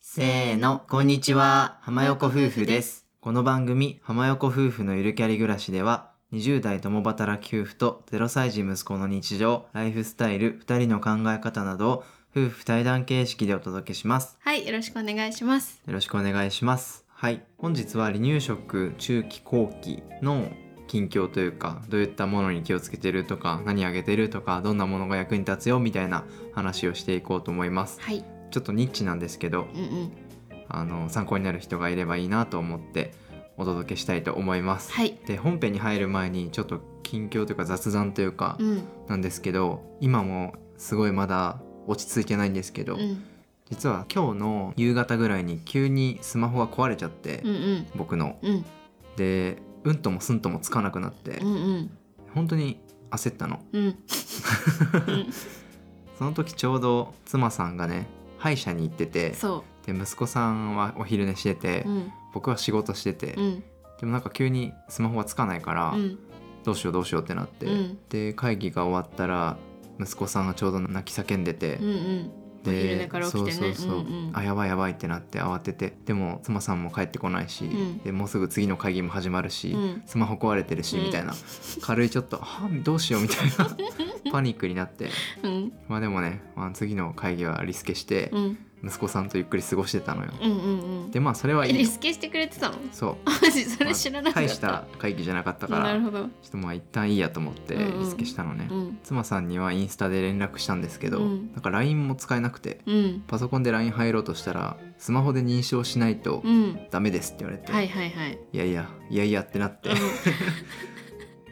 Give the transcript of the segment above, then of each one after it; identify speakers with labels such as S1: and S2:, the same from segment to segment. S1: せーの、こんにちは、浜横夫婦です。
S2: この番組、浜横夫婦のゆるキャリ暮らしでは、20代共働き夫婦と0歳児息子の日常、ライフスタイル、2人の考え方などを夫婦対談形式でお届けします。
S3: はい、よろしくお願いします。
S2: よろしくお願いします。はい。本日は離乳食中期後期の近況というか、どういったものに気をつけてるとか、何あげてるとか、どんなものが役に立つよみたいな話をしていこうと思います。
S3: はい、
S2: ちょっとニッチなんですけど、
S3: うんうん、
S2: あの参考になる人がいればいいなと思ってお届けしたいと思います。
S3: はい、
S2: で本編に入る前にちょっと近況というか雑談というか
S3: うん、
S2: なんですけど今もすごいまだ落ち着いてないんですけど、
S3: うん、うん
S2: 実は今日の夕方ぐらいに急にスマホが壊れちゃって、
S3: うん、
S2: 僕の
S3: うん、
S2: でうんともすんともつかなくなって、
S3: うんうん、
S2: 本当に焦ったの
S3: うん、うん
S2: その時ちょうど妻さんがね歯医者に行ってて
S3: そ
S2: で息子さんはお昼寝してて、
S3: う、うん、
S2: 僕は仕事してて、
S3: うん、
S2: でもなんか急にスマホがつかないから、
S3: うん、
S2: どうしようどうしようってなって、
S3: うん
S2: で会議が終わったら息子さんがちょうど泣き叫んでて、
S3: うん、うん、
S2: で
S3: お昼寝から起きてね
S2: そうそうそう、
S3: うんうん
S2: あやばいやばいってなって慌ててでも妻さんも帰ってこないし、
S3: ん
S2: でもうすぐ次の会議も始まるし、
S3: うん
S2: スマホ壊れてるし、
S3: うん
S2: みたいな軽いちょっとはどうしようみたい なパニックになって
S3: うん、
S2: まあでもね、まあ、次の会議はリスケして
S3: うん、
S2: 息子さんとゆっくり過ごしてたのよ。
S3: うん、うん、うん。
S2: でまあそれはい
S3: え
S2: い
S3: リ
S2: の
S3: スケしてくれてたの？
S2: そう
S3: マジそれ知らなか
S2: まあ
S3: っ
S2: 大した
S3: た。
S2: 会議じゃなかったか
S3: な
S2: ら
S3: るほ
S2: ち
S3: ど。
S2: ょっとまあ一旦いいやと思って
S3: うんうん
S2: リスケしたのね、
S3: うん、
S2: 妻さんにはインスタで連絡したんですけど、
S3: うん
S2: なんか LINE も使えなくて
S3: うん、
S2: パソコンで LINE 入ろうとしたらスマホで認証しないと
S3: うん。
S2: ダメですって言われて、
S3: はいはいはい。
S2: いやいやいやいやってなって、
S3: う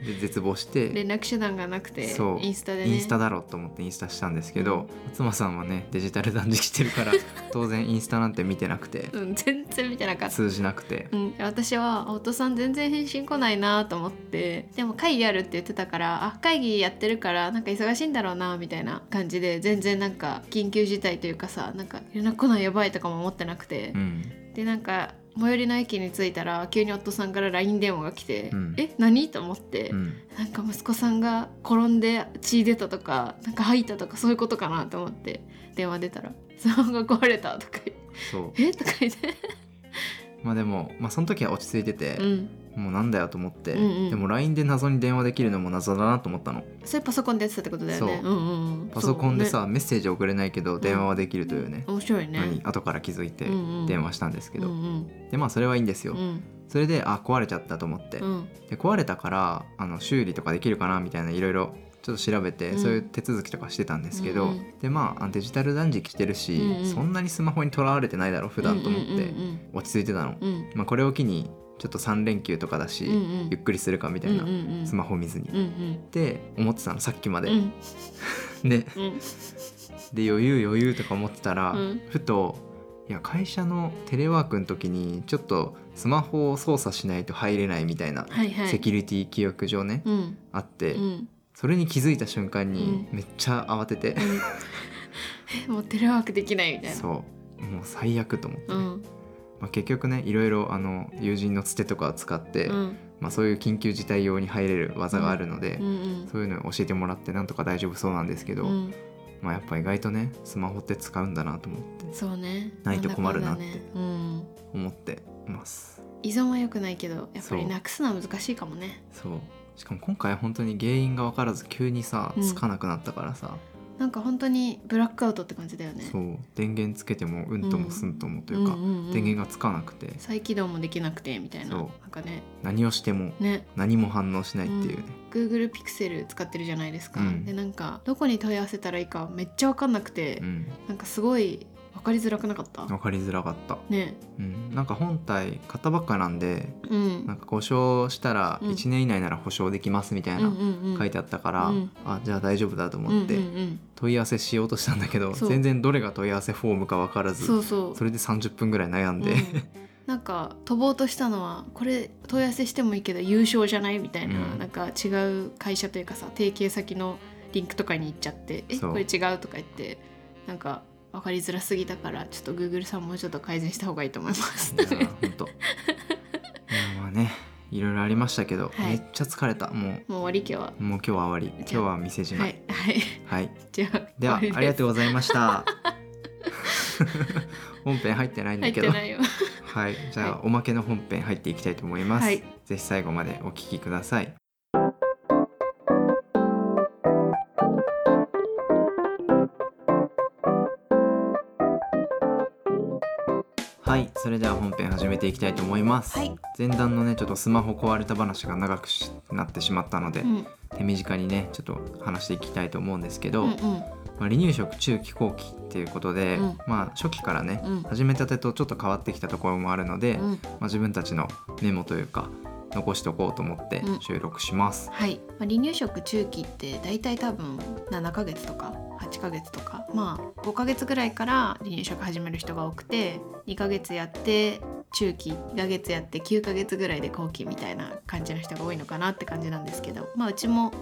S2: で絶望し
S3: ん連
S2: て
S3: 絡手段がなくて、
S2: そう
S3: インスタでね。
S2: インスタだろうと思ってインスタしたんですけど、妻さんはねデジタル断食してる から当然インスタなんて見てなくて
S3: うん、全然見てなかった。
S2: 通じなくて
S3: うん、私は「お父さん全然返信来ないな」と思ってでも会議あるって言ってたから「あ会議やってるからなんか忙しいんだろうな」みたいな感じで全然なんか緊急事態というかさなんか「連絡来ないやばい」とかも思ってなくて
S2: う、ん
S3: でなんか最寄りの駅に着いたら急に夫さんから LINE 電話が来て「
S2: うん
S3: え何?」と思って、
S2: うん
S3: なんか息子さんが転んで血出たとかなんか吐いたとかそういうことかなと思って電話出たら 「スマホが壊れた」とか言って
S2: そう
S3: 「えとか言って。
S2: まあでも、まあ、その時は落ち着いてて、
S3: うん
S2: もうなんだよと思って、
S3: うんうん
S2: でも LINE で謎に電話できるのも謎だなと思ったの
S3: それパソコンでやってたってことだよね。
S2: そうん
S3: うんうん
S2: パソコンで
S3: そう
S2: さ、メッセージ送れないけど電話はできるというね
S3: ね、面白いね。
S2: 何後から気づいて
S3: うんうん
S2: 電話したんですけど、
S3: うんうん
S2: でまあそれはいいんですよ、
S3: うん
S2: それであ壊れちゃったと思って、
S3: うん
S2: で壊れたからあの修理とかできるかなみたいないろいろちょっと調べて、
S3: うん
S2: そういう手続きとかしてたんですけど、
S3: うんう
S2: でまああデジタル断食してるし、
S3: うんうん
S2: そんなにスマホにとらわれてないだろ普段と思って、
S3: うん
S2: 落ち着いてたの、
S3: うんうん
S2: まあ、これを機にちょっと3連休とかだし、
S3: うんうん
S2: ゆっくりするかみたいな、スマホ見ずに、
S3: うんうん
S2: って思ってたのさっきまで、
S3: うんうん
S2: で
S3: うん
S2: で余裕余裕とか思ってたら、
S3: うん
S2: ふといや会社のテレワークの時にちょっとスマホを操作しないと入れないみたいな、
S3: はいはい。
S2: セキュリティ規約上ね、
S3: うん
S2: あって、
S3: うん
S2: それに気づいた瞬間に
S3: う
S2: めっちゃ慌てて、
S3: えもうテレワークできないみたいな。
S2: そうもう最悪と思って、
S3: うん
S2: まあ、結局ねいろいろあの友人のつてとかを使って、
S3: うん
S2: まあ、そういう緊急事態用に入れる技があるので、
S3: うんうん
S2: そういうのを教えてもらってなんとか大丈夫そうなんですけど、
S3: うん
S2: まあ、やっぱ意外とねスマホって使うんだなと思って
S3: そうね。
S2: ないと困るなって
S3: んだかんだねうん
S2: 思ってます
S3: 依存は良くないけどやっぱ
S2: そ
S3: り
S2: う
S3: なくすのは難しいかもね。
S2: そうしかも今回本当に原因が分からず急にさ
S3: うん
S2: つかなくなったからさ、
S3: なんか本当にブラックアウトって感じだよね。
S2: そう電源つけてもうんともすんともというか、
S3: うんうんうん
S2: 電源がつかなくて
S3: 再起動もできなくてみたいな。
S2: そ
S3: な
S2: うん
S3: かね
S2: 何をしても
S3: ね
S2: 何も反応しないっていうね、
S3: Google Pixel 使ってるじゃないですか、
S2: うん
S3: でなんかどこに問い合わせたらいいかめっちゃ分かんなくて、
S2: うん
S3: なんかすごい分かりづらくなかった、
S2: 分かりづらかった、
S3: ね
S2: うん、なんか本体買ったばっかなんで
S3: うん
S2: なんか故障したら
S3: うん
S2: 1年以内なら保証できますみたいな、書いて
S3: あ
S2: あったから、
S3: うん
S2: あじゃあ大丈夫だと思って
S3: うんうんうん、
S2: 問い合わせしようとしたんだけど、
S3: そう
S2: 全然どれが問い合わせフォームか分からず
S3: そうそう
S2: それで30分ぐらい悩んで、
S3: うんなんか飛ぼうとしたのはこれ問い合わせしてもいいけど優勝じゃないみたいな、
S2: うん
S3: なんか違う会社というかさ提携先のリンクとかに行っちゃって「え
S2: そう
S3: これ違う」とか言ってなんか分かりづらすぎたからちょっと Google さんもうちょっと改善した方がいいと思います。
S2: いや ーほんといやまあねいろいろありましたけど、
S3: はい
S2: めっちゃ疲れたも
S3: もう終わり今日は
S2: うもう今日は終わり今
S3: じ
S2: 日
S3: ゃあ
S2: は店じま
S3: はい いはい
S2: はい、
S3: じゃあ
S2: ではありがとうございました 本編入ってないんだ
S3: 入っ
S2: け
S3: て
S2: ど
S3: ないよ
S2: はいじゃあ、
S3: は
S2: おまけの本編入っていきたいと思います、
S3: はい
S2: ぜひ最後までお聞きくださいはいそれでは本編始めていきたいと思います、
S3: はい
S2: 前段のねちょっとスマホ壊れた話が長くしなってしまったので、
S3: うん
S2: 手短にねちょっと話していきたいと思うんですけど、
S3: うんうん
S2: まあ、離乳食中期後期っていうことで、
S3: うん
S2: まあ初期からね、
S3: うん
S2: 始めたてとちょっと変わってきたところもあるので、
S3: う
S2: ま
S3: ん
S2: あ、自分たちのメモというか残しとこうと思って
S3: うん
S2: 収録します、
S3: はい、まあ、離乳食中期って大体多分7ヶ月とか8ヶ月とかまあ5ヶ月ぐらいから離乳食始める人が多くて2ヶ月やって中期2ヶ月やって9ヶ月ぐらいで後期みたいな感じの人が多いのかなって感じなんですけどまあうちも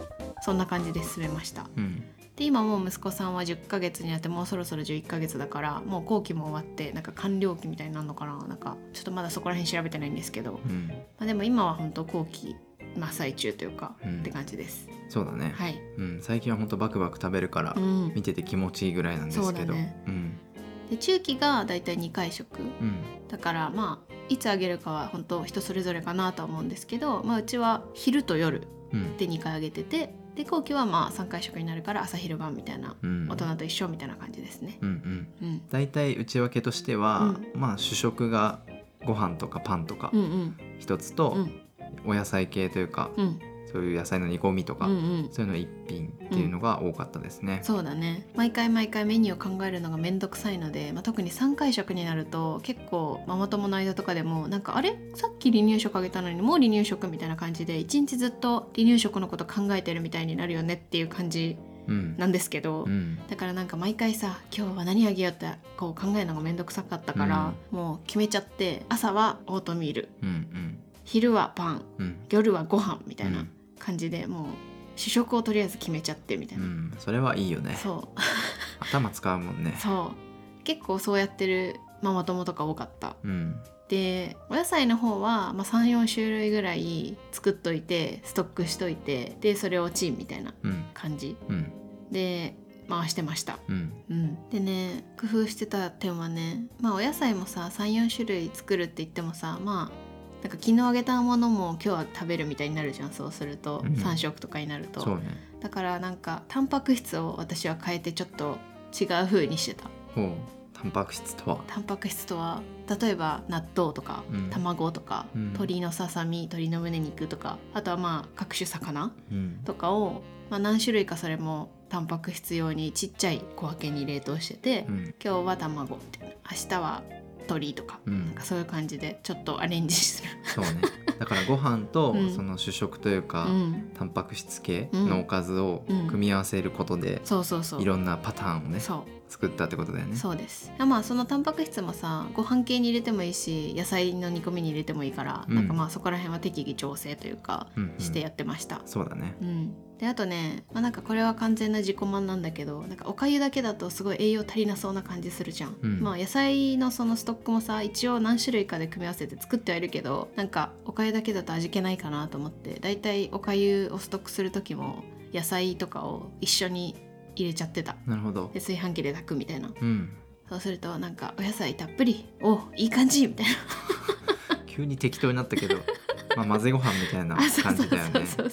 S3: そんな感じで進めました
S2: うん
S3: で今もう息子さんは10ヶ月になってもうそろそろ11ヶ月だからもう後期も終わってなんか完了期みたいになるのかななんかちょっとまだそこら辺調べてないんですけど、ま
S2: うん
S3: あ、でも今は本当後期真っ最中というか、
S2: うん
S3: って感じです
S2: そうだね、
S3: はい、
S2: うん、最近はほんとバクバク食べるから
S3: うん
S2: 見てて気持ちいいぐらいなんですけ
S3: そう
S2: ど
S3: だ
S2: う,、
S3: ね
S2: ん
S3: で中期がだいたい2回食
S2: うん
S3: だからまあいつあげるかは本当人それぞれかなとは思うんですけど、まあ、うちは昼と夜
S2: うん
S3: で2回あげててで後期はまあ3回食になるから朝昼晩みたいな
S2: うん
S3: 大人と一緒みたいな感じですね
S2: うんうん
S3: うん
S2: 大体内訳としては、まあ主食がご飯とかパンとか
S3: うんうん
S2: 一つと、
S3: うん
S2: お野菜系というか、
S3: うん
S2: そういう野菜の煮込みとか、
S3: うんうん
S2: そういうの一品っていうのが多かったですね。
S3: そうだね毎回毎回メニューを考えるのがめんどくさいので、まあ、特に3回食になると結構ママ友の間とかでもなんかあれさっき離乳食あげたのにもう離乳食みたいな感じで一日ずっと離乳食のこと考えてるみたいになるよねっていう感じ
S2: うん、
S3: なんですけど、
S2: うん、
S3: だからなんか毎回さ今日は何あげようってこう考えるのがめんどくさかったから、もう決めちゃって朝はオートミール
S2: うん、うん、
S3: 昼はパン
S2: うん、
S3: 夜はご飯みたいな
S2: うん
S3: 感じで、もう主食をとりあえず決めちゃってみたいうな、
S2: ん、それはいいよね。
S3: そう
S2: 頭使うもんね。
S3: そう結構そうやってるママ友とか多かった
S2: うん、
S3: でお野菜の方は、まあ、34種類ぐらい作っといてストックしといてでそれをチンみたいな
S2: うん、
S3: 感じ
S2: うん、
S3: で回してました
S2: うん、
S3: うんでね工夫してた点はねまあお野菜もさ34種類作るって言ってもさまあなんか昨日あげたものも今日は食べるみたいになるじゃんそうすると
S2: うん
S3: 3食とかになると、
S2: そうね。
S3: だからなんかタンパク質を私は変えてちょっと違う風にしてた
S2: ほう、タンパク質とは。
S3: タンパク質とは例えば納豆とか、
S2: うん
S3: 卵とか、
S2: うん
S3: 鶏のささみ鶏の胸肉とかあとはまあ各種魚
S2: うん、
S3: とかを、まあ、何種類かそれもタンパク質用にちっちゃい小分けに冷凍してて、
S2: うん、
S3: 今日は卵みたいな明日は鶏とか、
S2: うん
S3: なんかそういう感じでちょっとアレンジする。
S2: そうね。だからご飯と、
S3: うん
S2: その主食という
S3: う
S2: か、
S3: ん、
S2: タンパク質系のおかずを組み合わせることで、
S3: そうそうそう
S2: いろんなパターンをね、
S3: そう
S2: 作ったってことだよね。
S3: そうですまあそのタンパク質もさご飯系に入れてもいいし野菜の煮込みに入れてもいいから、
S2: うん
S3: なんかまあそこら辺は適宜調整というか
S2: うん、うん
S3: してやってました、
S2: そうだね。
S3: うん、であとね、まあ、なんかこれは完全な自己満なんだけどなんかおかゆだけだとすごい栄養足りなそうな感じするじゃん、
S2: うん
S3: まあ野菜のそのストックもさ一応何種類かで組み合わせて作ってはいるけどなんかおかゆだけだと味気ないかなと思ってだいたいおかゆをストックする時も野菜とかを一緒に入れちゃってた
S2: なるほど
S3: で。炊飯器で炊くみたいな
S2: うん、
S3: そうするとなんかお野菜たっぷりおいい感じみたいな
S2: 急に適当になった けど、まあ混ぜご飯みたいな
S3: あそう
S2: 感
S3: そう
S2: じだよね。
S3: そうそう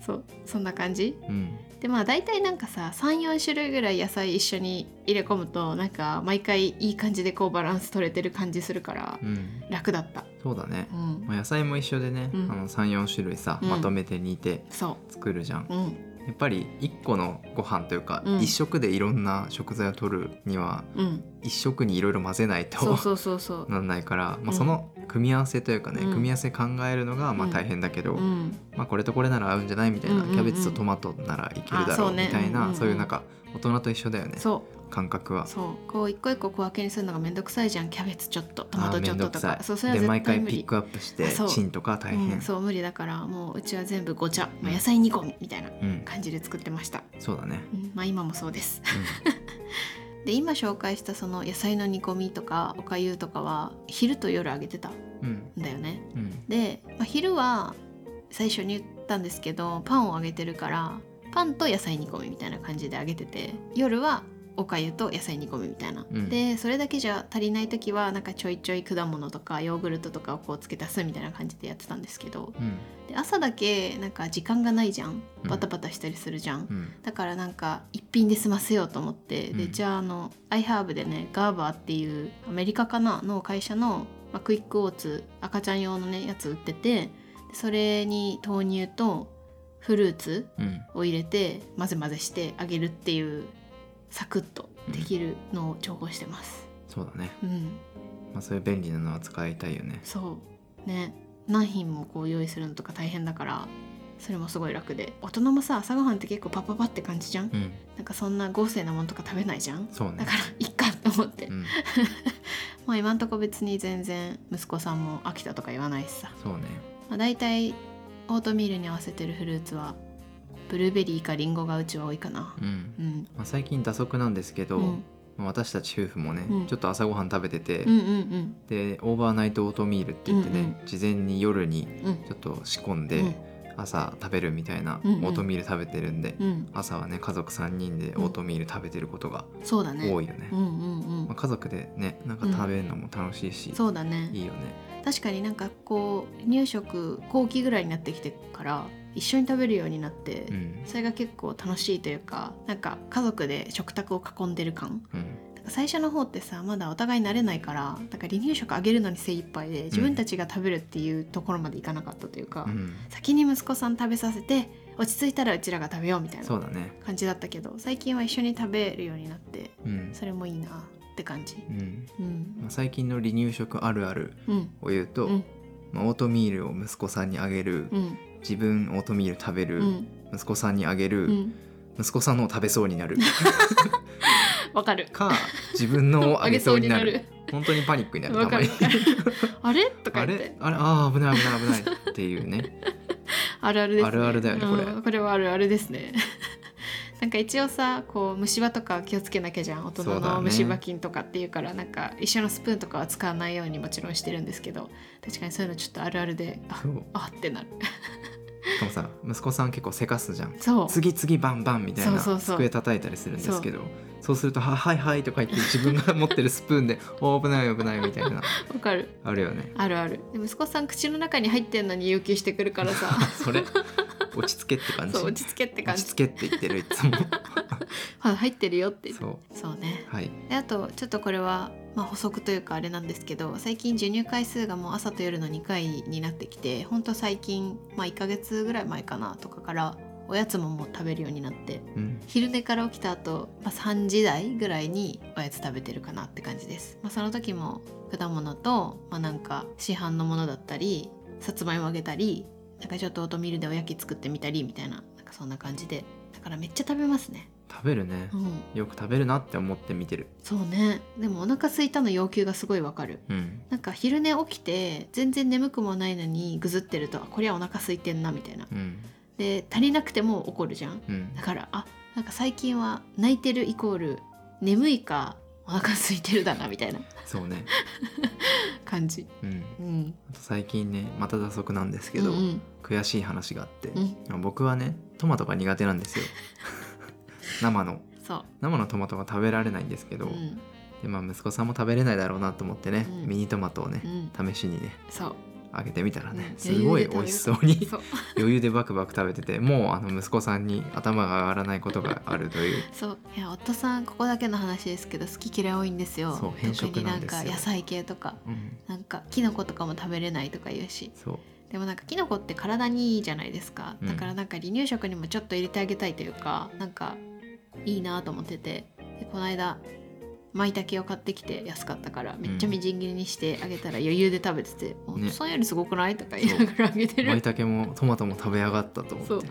S3: そうそんな感じ
S2: うん、
S3: でまあ大体なんかさ34種類ぐらい野菜一緒に入れ込むとなんか毎回いい感じでこうバランス取れてる感じするから
S2: うん、
S3: 楽だった、
S2: そうだね
S3: う。ん
S2: まあ野菜も一緒でね、
S3: うん
S2: あの34種類さ、
S3: うん
S2: まとめて煮て
S3: そ
S2: 作るじゃん、
S3: う、うん
S2: やっぱり1個のご飯というか、
S3: うん
S2: 一食でいろんな食材を取るには
S3: うん、
S2: 一食にいろいろ混ぜないと
S3: そうそうそうそ う
S2: なんないから、ま
S3: う
S2: あ、
S3: ん
S2: その組み合わせというかね、
S3: うん
S2: 組み合わせ考えるのがまあ
S3: うん
S2: 大変だけど、
S3: うん
S2: まあ、これとこれなら合うんじゃないみたいな、
S3: うんうんうん
S2: キャベツとトマトならいけるだ
S3: あ
S2: ろ
S3: そうう
S2: み
S3: ね
S2: たいな、
S3: うんうんうん
S2: そういうなんか大人と一緒だよね
S3: そ
S2: 感覚
S3: う
S2: は。
S3: そうこう一個一個小分けにするのがめんどくさいじゃんキャベツちょっとトマ
S2: あ
S3: ト
S2: ー
S3: ち
S2: め
S3: ょっ
S2: んど
S3: と
S2: く
S3: と
S2: さ
S3: か
S2: い
S3: そうそれは
S2: で毎
S3: 絶対
S2: 回
S3: 無
S2: ピ
S3: 理
S2: ックアップして
S3: そう
S2: チンとか大変、
S3: うん、そう無理だからもううちは全部ご茶、まあ、
S2: うん
S3: 野菜煮込みみたいな
S2: うん
S3: 感じで作ってました、
S2: そうだね、
S3: うんまあ今もそうですで今紹介したその野菜の煮込みとかおかゆとかは昼と夜あげてたん
S2: うんうん
S3: だよね
S2: うん
S3: で、まあ、昼は最初に言ったんですけどパンをあげてるからパンと野菜煮込みみたいな感じであげてて夜はおおかゆと野菜煮込みみたいな、
S2: うん
S3: でそれだけじゃ足りない時はなんかちょいちょい果物とかヨーグルトとかをこう付け足すみたいな感じでやってたんですけど
S2: うん
S3: で朝だけなんか時間がないじゃん
S2: うん
S3: バタバタしたりするじゃん、
S2: うん
S3: だからなんか一品で済ませようと思って、
S2: う
S3: で
S2: ん
S3: じゃああのアイハーブでねガーバーっていうアメリカかなの会社の、まあ、クイックオーツ赤ちゃん用のねやつ売っててでそれに豆乳とフルーツ
S2: うん
S3: を入れて混ぜ混ぜしてあげるっていうサクッとできるのを調合してます。
S2: そうだね、
S3: うん、
S2: まあ、そういう便利なのは使いたいよね
S3: そうね何品もこう用意するのとか大変だからそれもすごい楽で大人もさ朝ごはんって結構パッパパって感じじゃん、
S2: うん
S3: なんかそんな豪勢なものとか食べないじゃん
S2: そうね
S3: だからいっかと思って、
S2: うん
S3: まあ今んとこ別に全然息子さんも飽きたとか言わないしさ、
S2: そうね
S3: まあ、大体オートミールに合わせてるフルーツはブルーベリーかリンゴがうちは多いかな
S2: うん、
S3: うん、
S2: まあ、最近打足なんですけど、
S3: うん、
S2: まあ私たち夫婦もね、
S3: うん
S2: ちょっと朝ごはん食べてて、
S3: うんうん
S2: でオーバーナイトオートミールって言ってね、事前に夜に
S3: うんうん
S2: ちょっと仕込んで、
S3: うん
S2: 朝食べるみたいなオ
S3: うんうん
S2: ートミール食べてるんで、
S3: うん
S2: 朝はね家族3人でオートミール食べてることが
S3: そうだね
S2: 多いよね、
S3: うんうんう
S2: まあ、
S3: ん
S2: 家族でねなんか食べるのも楽しいし、
S3: そうだね
S2: いいよね
S3: 確かになんかこう入食後期ぐらいになってきてから一緒に食べるようになって、
S2: うん
S3: それが結構楽しいというかなんか家族で食卓を囲んでる感
S2: うん
S3: なんか最初の方ってさまだお互い慣れないからなんか離乳食あげるのに精一杯で自分たちが食べるっていうところまでいかなかったというか、
S2: うん
S3: 先に息子さん食べさせて落ち着いたらうちらが食べようみたいな
S2: そうだね
S3: 感じだったけど最近は一緒に食べるようになって
S2: うん、
S3: それもいいなって感じ。
S2: うん
S3: う
S2: まあ、
S3: ん、
S2: 最近の離乳食あるある
S3: うん
S2: を言うと、
S3: うん
S2: まあ、オートミールを息子さんにあげる、
S3: うん
S2: 自分オートミール食べる、
S3: うん
S2: 息子さんにあげる、
S3: うん
S2: 息子さんのを食べそうに なる
S3: わかる
S2: か自分のをあ
S3: あ
S2: げ
S3: げ
S2: そ
S3: そうう
S2: に
S3: に
S2: な
S3: な
S2: る
S3: る。
S2: 本当にパニックになる
S3: わ
S2: た
S3: か
S2: ま
S3: る
S2: に
S3: わかる。あれと
S2: あ
S3: か言って
S2: れ。あれあー危ない危ない危ないっていうね
S3: あるあるですね。
S2: あるあるだよねこれ
S3: うんこれはあるあるですね。 なんか一応さこう虫歯とか気をつけなきゃじゃん大
S2: そ
S3: 人
S2: うだね
S3: の虫歯菌とかっていうからなんか一緒のスプーンとかは使わないようにもちろんしてるんですけど確かにそういうのちょっとあるあるであ
S2: そう
S3: あっ てなる
S2: しかもさ息子さん結構せかすじゃん
S3: そう
S2: 次々バンバンみたいな
S3: そうそうそう
S2: 机叩いたりするんですけどそうすると「ははいはい」とか言って自分が持ってるスプーンで「おー危ない危ない」みたいな
S3: わかる
S2: あるよ ね
S3: あるあるで息子さん口の中に入ってんのに要求してくるからさ
S2: それ落ち着けって感じ
S3: そう落ち着けって感
S2: 落
S3: じ
S2: ち着けって言ってるいつ も
S3: あ入ってるよって
S2: そう
S3: そうね
S2: はい
S3: であとちょっとこれは、まあ、補足というかあれなんですけど最近授乳回数がもう朝と夜の2回になってきてほんと最近、まあ、1ヶ月ぐらい前かなとかからおやつももう食べるようになって
S2: うん
S3: 昼寝から起きた後、まあ3時台ぐらいにおやつ食べてるかなって感じです、まあ、その時も果物と、まあ、なんか市販のものだったりさつまいもあげたりなんかちょっとオートミールでおやき作ってみたりみたいななんかそんな感じでだからめっちゃ食べますね
S2: 食べるね
S3: うん
S2: よく食べるなって思って見てる
S3: そうねでもお腹空いたの要求がすごいわかる
S2: うん
S3: なんか昼寝起きて全然眠くもないのにぐずってるとあこりゃお腹空いてんなみたいな
S2: うん
S3: で足りなくても怒るじゃん
S2: うん
S3: だからあなんか最近は泣いてるイコール眠いかお腹空いてるだなみたいな
S2: そうね
S3: 感じ
S2: うん
S3: うん
S2: あと最近ねまた打足なんですけど、
S3: うんうん
S2: 悔しい話があって
S3: う、ん
S2: 僕はねトマトが苦手なんですよ 生の
S3: そう
S2: 生のトマトが食べられないんですけど、
S3: うん
S2: でまあ、息子さんも食べれないだろうなと思ってね、
S3: うん
S2: ミニトマトをね
S3: う、ん
S2: 試しにね
S3: そう
S2: あげてみたらね、
S3: うん
S2: すごい美味しそうに
S3: そう
S2: 余裕でバクバク食べててもうあの息子さんに頭が上がらないことがあるという
S3: そういや夫さんここだけの話ですけど好き嫌い多いんですよ
S2: そう偏食
S3: 特に
S2: な
S3: なんん
S2: ですよ
S3: か野菜系とか
S2: うん
S3: なんかキノコとかも食べれないとか言うし
S2: そう
S3: でもなんかキノコって体にいいじゃないですか
S2: うん
S3: だからなんか離乳食にもちょっと入れてあげたいというかなんかいいなと思っててでこの間舞茸を買ってきて安かったからめっちゃみじん切りにしてあげたら余裕で食べてて「お
S2: ね
S3: 父さんよりすごくない?」とか言いながらあげて
S2: 舞
S3: る
S2: 茸もトマトも食べやがったと思って
S3: そう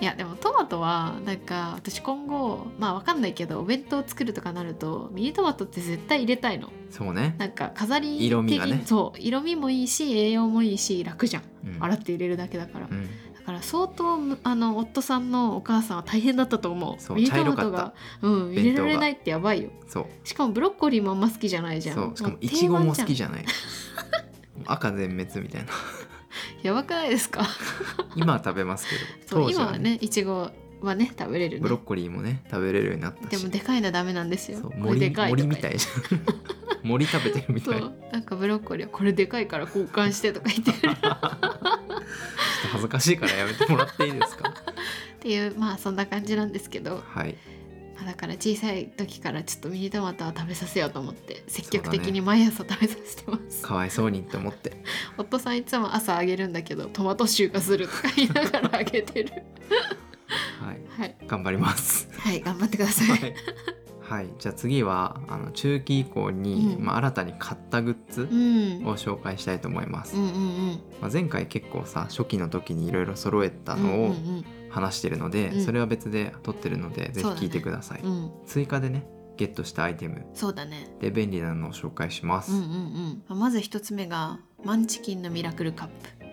S3: いやでもトマトはなんか私今後まあわかんないけどお弁当作るとかなるとミニトマトって絶対入れたいの
S2: そうね、
S3: なんか飾り的
S2: 色味がね
S3: にそう色味もいいし栄養もいいし楽じゃん
S2: うん
S3: 洗って入れるだけだから
S2: うん、
S3: だから相当むあの夫さんのお母さんは大変だったと思う
S2: そう
S3: ミニト
S2: 茶
S3: マ
S2: 色
S3: ト
S2: か
S3: が、うん、入
S2: 弁
S3: れ
S2: 当が
S3: られないってやばいよ
S2: そう
S3: しかもブロッコリーもあんま好きじゃないじゃん
S2: そうしかも
S3: う
S2: イチゴも好
S3: 定番
S2: き
S3: じ
S2: じゃない赤全滅みたいな
S3: ゃんやばくないですか
S2: 今は食べますけど
S3: そう
S2: 当時
S3: 今
S2: は
S3: は
S2: ね
S3: ねいちごはね食べれるね
S2: ブロッコリーもね食べれるようになった
S3: で
S2: し
S3: もでかいのダメなんですよ
S2: そう
S3: これ
S2: 森
S3: でかいと
S2: 森
S3: か
S2: みたいじゃん 森食べてるみ
S3: そ
S2: たいちょっ
S3: うなんかブロッコリーはこれでかいから交換してとか言ってくるっ
S2: と恥ずかしいからやめてもらっていいですか
S3: ていうまあそんな感じなんですけど、
S2: はい
S3: まあ、だから小さい時からちょっとミニトマトは食べさせようと思って積極
S2: そうだ
S3: 的
S2: ね
S3: に毎朝食べさせてます、
S2: かわいそうにって思って
S3: 夫さんいつも朝あげるんだけどトマト臭がするとか言いながらあげてる
S2: はい
S3: はい、
S2: 頑張り ます
S3: はい、頑張ってください、
S2: はい、はい、じゃあ次はあの中期以降に、
S3: うん
S2: まあ、新たに買ったグッズ
S3: うん、
S2: を紹介したいと思います、
S3: うんうん
S2: まあ、前回結構さ初期の時にいろいろ揃えた
S3: うんうん
S2: の
S3: う
S2: を
S3: ん
S2: 話してるので、
S3: うん
S2: それは別で撮ってるので、ぜひ
S3: そうだね
S2: 聞いてください、
S3: うんうん
S2: 追加でねゲットしたアイテム
S3: そうだね
S2: で便利なのを紹介します、
S3: うんうんうんまあまず一つ目がマンチキンのミラクルカッ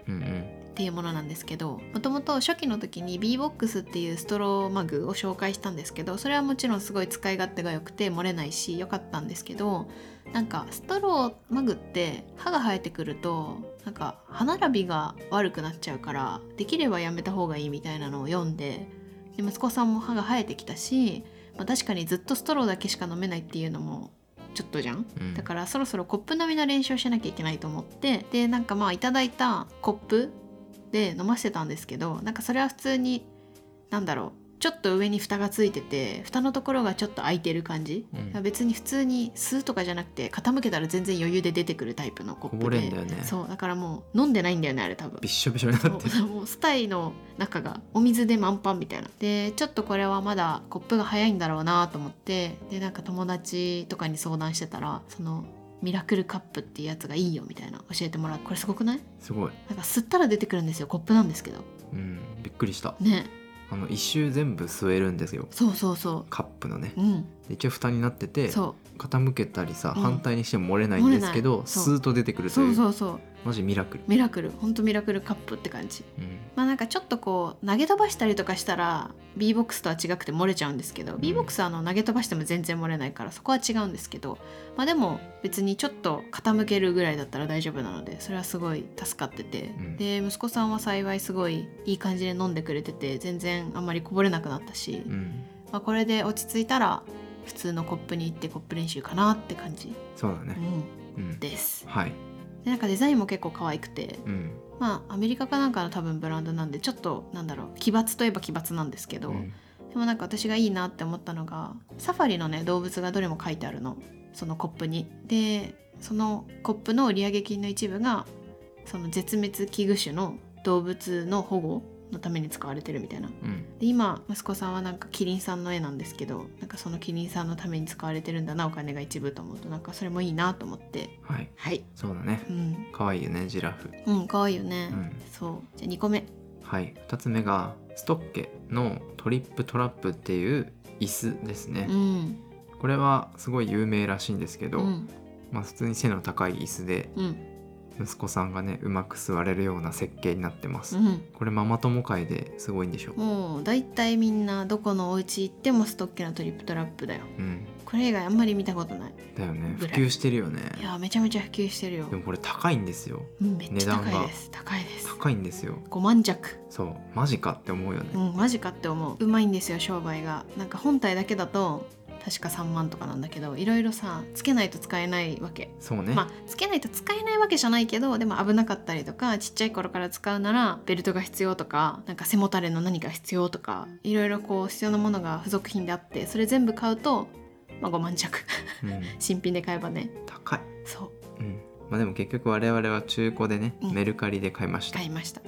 S3: プ
S2: うんうん
S3: っていうものなんですけどもともと初期の時に b ボックスっていうストローマグを紹介したんですけどそれはもちろんすごい使い勝手が良くて漏れないし良かったんですけどなんかストローマグって歯が生えてくるとなんか歯並びが悪くなっちゃうからできればやめた方がいいみたいなのを読んでで息子さんも歯が生えてきたし、まあ、確かにずっとストローだけしか飲めないっていうのもちょっとじゃん
S2: うん
S3: だからそろそろコップ飲みの練習をしなきゃいけないと思ってでなんかまあいただいたコップで飲ませてたんですけどなんかそれは普通になんだろうちょっと上に蓋がついてて蓋のところがちょっと開いてる感じ、
S2: うん
S3: 別に普通に吸うとかじゃなくて傾けたら全然余裕で出てくるタイプのコッ
S2: こ
S3: プで
S2: ぼれんだよね
S3: そうだからもう飲んでないんだよねあれ多分
S2: びっしょびしょになって
S3: そう もうスタイの中がお水で満帆みたいなでちょっとこれはまだコップが早いんだろうなと思ってでなんか友達とかに相談してたらそのミラクルカップっていうやつがいいよみたいな教えてもらってこれすごくない
S2: すごい、
S3: なんか吸ったら出てくるんですよコップなんですけど
S2: うん、びっくりした
S3: ね
S2: あの一周全部吸えるんですよ
S3: そうそうそ
S2: カップのね
S3: ううん
S2: 一応蓋になってて
S3: そ
S2: 傾けたりさ、
S3: うん
S2: 反対にしても漏れないんですけ
S3: 漏れ
S2: ど
S3: ない
S2: スーッと出てく
S3: う
S2: ると
S3: そ
S2: いうう
S3: そうそう
S2: マジミラクル、
S3: ミラクルほんとミラクルカップって感じ
S2: うん
S3: まあなんかちょっとこう投げ飛ばしたりとかしたら B ボックスとは違くて漏れちゃうんですけど B ボックスはあの投げ飛ばしても全然漏れないからそこは違うんですけどまあでも別にちょっと傾けるぐらいだったら大丈夫なのでそれはすごい助かってて、
S2: うん
S3: で息子さんは幸いすごいいい感じで飲んでくれてて全然あんまりこぼれなくなったし、
S2: うん、
S3: まあこれで落ち着いたら普通のコップに行ってコップ練習かなって感じ、
S2: そうだ
S3: う
S2: ね、
S3: ん、
S2: うん、
S3: です。
S2: はい、
S3: でなんかデザインも結構可愛くて
S2: うん
S3: まあアメリカかなんかの多分ブランドなんでちょっとなんだろう奇抜といえば奇抜なんですけど、
S2: うん
S3: でもなんか私がいいなって思ったのがサファリのね動物がどれも書いてあるのそのコップに。でそのコップの売上金の一部がその絶滅危惧種の動物の保護のために使われてるみたいな
S2: うん
S3: で今息子さんはなんかキリンさんの絵なんですけどなんかそのキリンさんのために使われてるんだなお金が一部と思うとなんかそれもいいなと思って
S2: はい
S3: はい
S2: そうだね
S3: うん
S2: 可愛いよねジラフ、
S3: うん可愛いよね、
S2: うん、
S3: そうじゃあ2個目
S2: はい2つ目がストッケのトリップトラップっていう椅子ですね、
S3: うん
S2: これはすごい有名らしいんですけど、
S3: うん
S2: まあ、普通に背の高い椅子で
S3: うん
S2: 息子さんがねうまく座れるような設計になってます、
S3: うん
S2: これママ友会ですごいんでしょう、
S3: もう大体みんなどこのお家行ってもストッキーのトリップトラップだよ
S2: うん、
S3: これ以外あんまり見たことない
S2: だよね普
S3: ぐらい
S2: 及してるよね
S3: いやめちゃめちゃ普及してるよ
S2: でもこれ高いんですよ
S3: うんめっちゃ
S2: 値段
S3: 高
S2: が
S3: いです高いです
S2: 高いんですよ
S3: 5万弱
S2: そうマジかって思うよね、
S3: うんマジかって思ううまいんですよ商売がなんか本体だけだと確か3万とかなんだけどいろいろさつけないと使えないわけ
S2: そうね、
S3: まあつけないと使えないわけじゃないけどでも危なかったりとかちっちゃい頃から使うならベルトが必要とかなんか背もたれの何か必要とかいろいろこう必要なものが付属品であってそれ全部買うと、まあ、5万弱
S2: うん、
S3: 新品で買えばね
S2: 高い、
S3: そ
S2: う
S3: う
S2: んまあ、でも結局我々は中古でね、
S3: うん
S2: メルカリで買いました、
S3: 買いました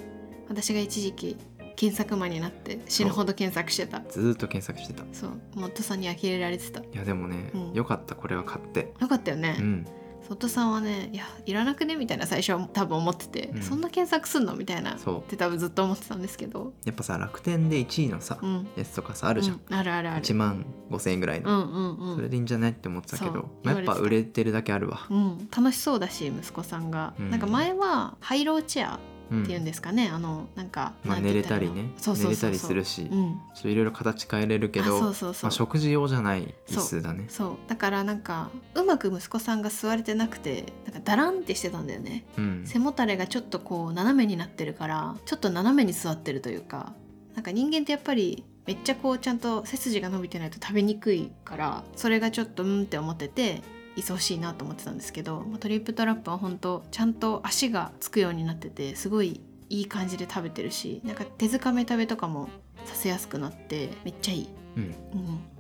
S3: 私が一時期検索魔になって死ぬほど検索してた
S2: ずーっと検索してたい
S3: そうもうお父さんに呆れられてた
S2: やでもね、
S3: うん
S2: よかったこれは買って
S3: よかったよね、
S2: うん
S3: 外さんはね「いやいらなくね」みたいな最初は多分思ってて、
S2: うん
S3: そんな検索すんのみたいなっ
S2: そう
S3: て多分ずっと思ってたんですけど
S2: やっぱさ楽天で1位のさ、
S3: うん
S2: やつとかさあるじゃん、
S3: うんあるあるあ
S2: 1
S3: る
S2: 万5,000円ぐらいの、
S3: うんうんうん
S2: それでいいんじゃないって思ってたけ
S3: そ
S2: ど
S3: う、
S2: まあ、やっぱ
S3: 言わ
S2: 売
S3: れ
S2: れてるだけあるわ、
S3: うん、楽しそうだし息子さんが、
S2: うん
S3: なんか前はハイローチェアっ
S2: うん
S3: ていうんですかね、あのなんか、
S2: まあ、
S3: なん
S2: 寝
S3: て
S2: れ
S3: 言ったらい
S2: り
S3: いの
S2: ね
S3: そう
S2: 寝
S3: そう
S2: れ
S3: そ
S2: た
S3: う
S2: り
S3: そ
S2: す
S3: う
S2: るし、
S3: うん
S2: ちょっといろいろ形変えれるけど
S3: あそうそうそう
S2: まあ、食事用じゃない椅子だね
S3: そうだからなんかうまく息子さんが座れてなくてなんかダランってしてたんだよね
S2: うん
S3: 背もたれがちょっとこう斜めになってるからちょっと斜めに座ってるというかなんか人間ってやっぱりめっちゃこうちゃんと背筋が伸びてないと食べにくいからそれがちょっとうんって思ってていてほしいなと思ってたんですけどまあトリップトラップは本当ちゃんと足がつくようになっててすごいいい感じで食べてるしなんか手づかみ食べとかもさせやすくなってめっちゃいい、
S2: うん
S3: うん、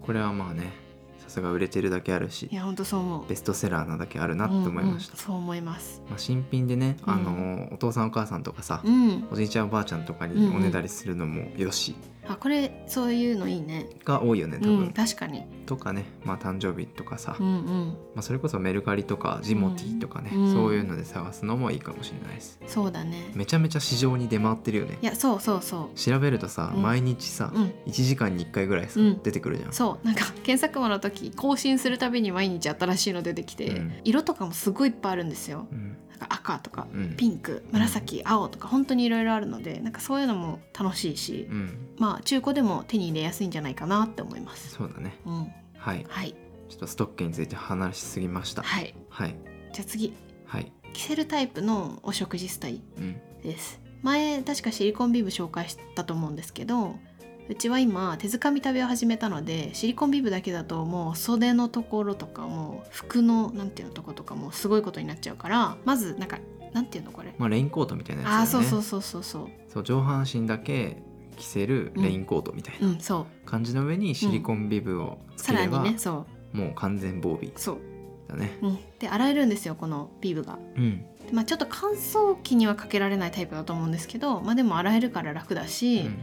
S2: これはまあねさすが売れてるだけあるし
S3: いや本当そう思う
S2: ベストセラーなだけあるなって思いました
S3: うんうん、そう思います
S2: まあ、新品でね、
S3: うん
S2: あのお父さんお母さんとかさ、
S3: うん
S2: おじいちゃんおばあちゃんとか
S3: うん
S2: に
S3: うん
S2: おねだりするのもよし
S3: あこれそういうのいいね
S2: が多いよね多
S3: う
S2: 分、
S3: ん確かに
S2: とかね、まあ、誕生日とかさ、
S3: う
S2: ま
S3: んうん
S2: あ、それこそメルカリとかジモティとかね、
S3: うん
S2: そういうので探すのもいいかもしれないです
S3: そうだね
S2: めちゃめちゃ市場に出回ってるよね
S3: いやそうそうそ
S2: 調べるとさ、
S3: うん
S2: 毎日さ、
S3: ううん
S2: 1時間に1回ぐらいさ、
S3: うん
S2: 出てくるじゃん
S3: そうなんか検索魔の時更新するたびに毎日新しいの出てきて、
S2: うん
S3: 色とかもすごいいっぱいあるんですよ
S2: うん
S3: なんか赤とか
S2: うん
S3: ピンク紫青とか本当にいろいろあるのでなんかそういうのも楽しいし、
S2: うん
S3: まあ中古でも手に入れやすいんじゃないかなって思います
S2: そうだね
S3: う、ん、
S2: はい
S3: はい
S2: ちょっとストックについて話しすぎました
S3: はい
S2: はい
S3: じゃあ次
S2: はい、
S3: キセルタイプのお食事スタイル
S2: うん
S3: です前確かシリコンビーム紹介したと思うんですけどうちは今手づかみ食べを始めたのでシリコンビームだけだともう袖のところとかもう服のなんていうのとことかもうすごいことになっちゃうからまずなんかなんていうのこれ、
S2: まあレインコートみたいなやつだよね
S3: ああそうそうそうそうそう
S2: そう上半身だけ着せるレインコートみたいうなん
S3: そう
S2: 感じの上にシリコンビブをつ
S3: さ
S2: け
S3: ら
S2: れ
S3: に
S2: ば、
S3: ねそ
S2: もう完全防備
S3: うそう、
S2: だね
S3: うん、で洗えるんですよこのビームが。
S2: うん
S3: でまあ、ちょっと乾燥機にはかけられないタイプだと思うんですけど、まあ、でも洗えるから楽だし、
S2: うん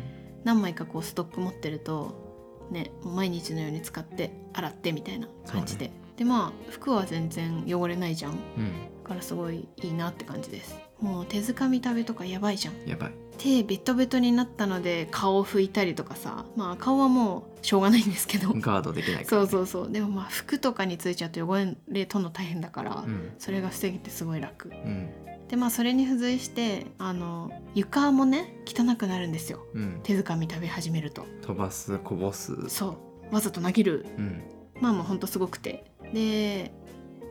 S3: 何枚かこうストック持ってるとねもう毎日のように使って洗ってみたいな感じで、でまあ服は全然汚れないじゃんだ
S2: うん
S3: からすごいいいなって感じですもう手づかみ食べとかやばいじゃん
S2: やばい
S3: 手ベトベトになったので顔を拭いたりとかさまあ顔はもうしょうがないんですけど、
S2: ガードできないから、
S3: そ
S2: ね、
S3: うそうそうでもまあ服とかについちゃうと汚れとんの大変だから、
S2: うん
S3: それが防げてすごい楽
S2: うん
S3: でまあそれに付随してあの床もね汚くなるんですよ
S2: うん
S3: 手づかみ食べ始めると
S2: 飛ばすこぼす
S3: そうわざと投げる
S2: うん
S3: まあもうほんとすごくてで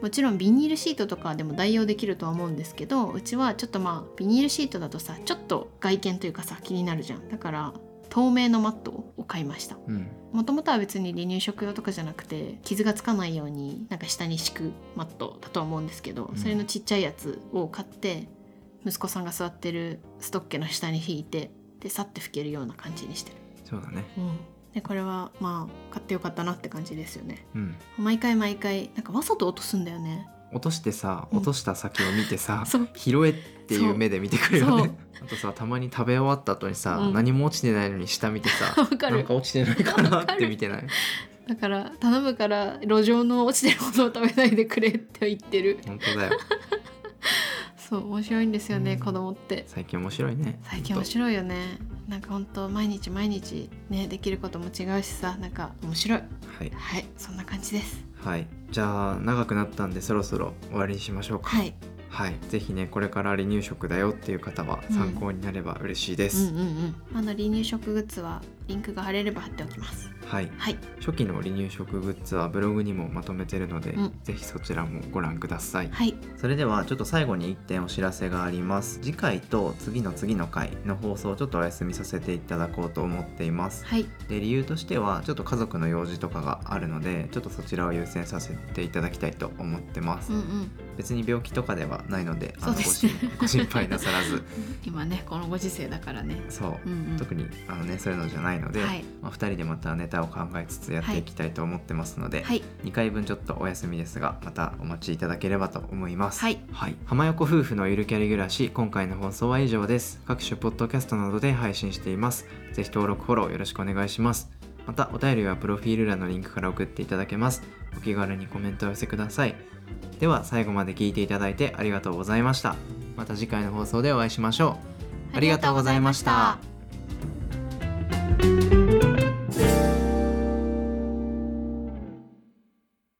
S3: もちろんビニールシートとかでも代用できるとは思うんですけどうちはちょっとまあビニールシートだとさちょっと外見というかさ気になるじゃんだから透明のマットを買いました
S2: うん
S3: もともとは別に離乳食用とかじゃなくて傷がつかないようになんか下に敷くマットだとは思うんですけど、
S2: うん
S3: それのちっちゃいやつを買って息子さんが座ってるストッケの下に引いてでさって拭けるような感じにしてる
S2: そうだね
S3: うん、でこれはまあ買ってよかったなって感じですよね
S2: うん
S3: 毎回毎回なんかわざと落とすんだよね
S2: 落としてさ
S3: うん
S2: 落とした先を見てさ、
S3: そう
S2: 拾えっていう目で見てくるよ
S3: そう
S2: ねあとさたまに食べ終わった後にさ、
S3: うん
S2: 何も落ちてないのに下見てさ
S3: わかる
S2: なんか落ちてないかな
S3: わか
S2: っ
S3: る
S2: て見てない
S3: だから頼むから路上の落ちてるものを食べないでくれって言ってる
S2: 本当だよ
S3: そう面白いんですよね、
S2: うん
S3: 子供って
S2: 最近面白いね
S3: 最近面
S2: い
S3: 白いよねなんか本当毎日毎日ねできることも違うしさなんか面白い
S2: はい、
S3: はいそんな感じです
S2: はい、じゃあ長くなったんでそろそろ終わりにしましょうか
S3: はい
S2: はい、ぜひねこれから離乳食だよっていう方は
S3: うん
S2: 参考になれば嬉しいで
S3: うん
S2: す、
S3: うんうんあの離乳食グッズはリンクが貼れれば貼っておきます
S2: はい
S3: はい
S2: 初期の離乳食グッズはブログにもまとめてるので、
S3: うん
S2: ぜひそちらもご覧ください
S3: はい
S2: それではちょっと最後に一点お知らせがあります次回と次の次の回の放送をちょっとお休みさせていただこうと思っています
S3: はい
S2: で理由としてはちょっと家族の用事とかがあるのでちょっとそちらを優先させていただきたいと思ってます、
S3: うんうん
S2: 別に病気とかではないのであの
S3: そう
S2: ご
S3: ですね
S2: 心 ご心配なさら ず
S3: 今ねこのご時世だからね
S2: そう
S3: う、んうん
S2: 特にあの、ね、そういうのじゃないので、
S3: はい
S2: まあ、2人でまたネタを考えつつやっていきたいと思ってますので、
S3: はい
S2: 2回分ちょっとお休みですがまたお待ちいただければと思います
S3: はい、
S2: 浜横夫婦のゆるキャリ暮らし今回の放送は以上です各種ポッドキャストなどで配信していますぜひ登録フォローよろしくお願いしますまたお便りはプロフィール欄のリンクから送っていただけますお気軽にコメントを寄せくださいでは最後まで聞いていただいてありがとうございましたまた次回の放送でお会いしましょうありがとうございました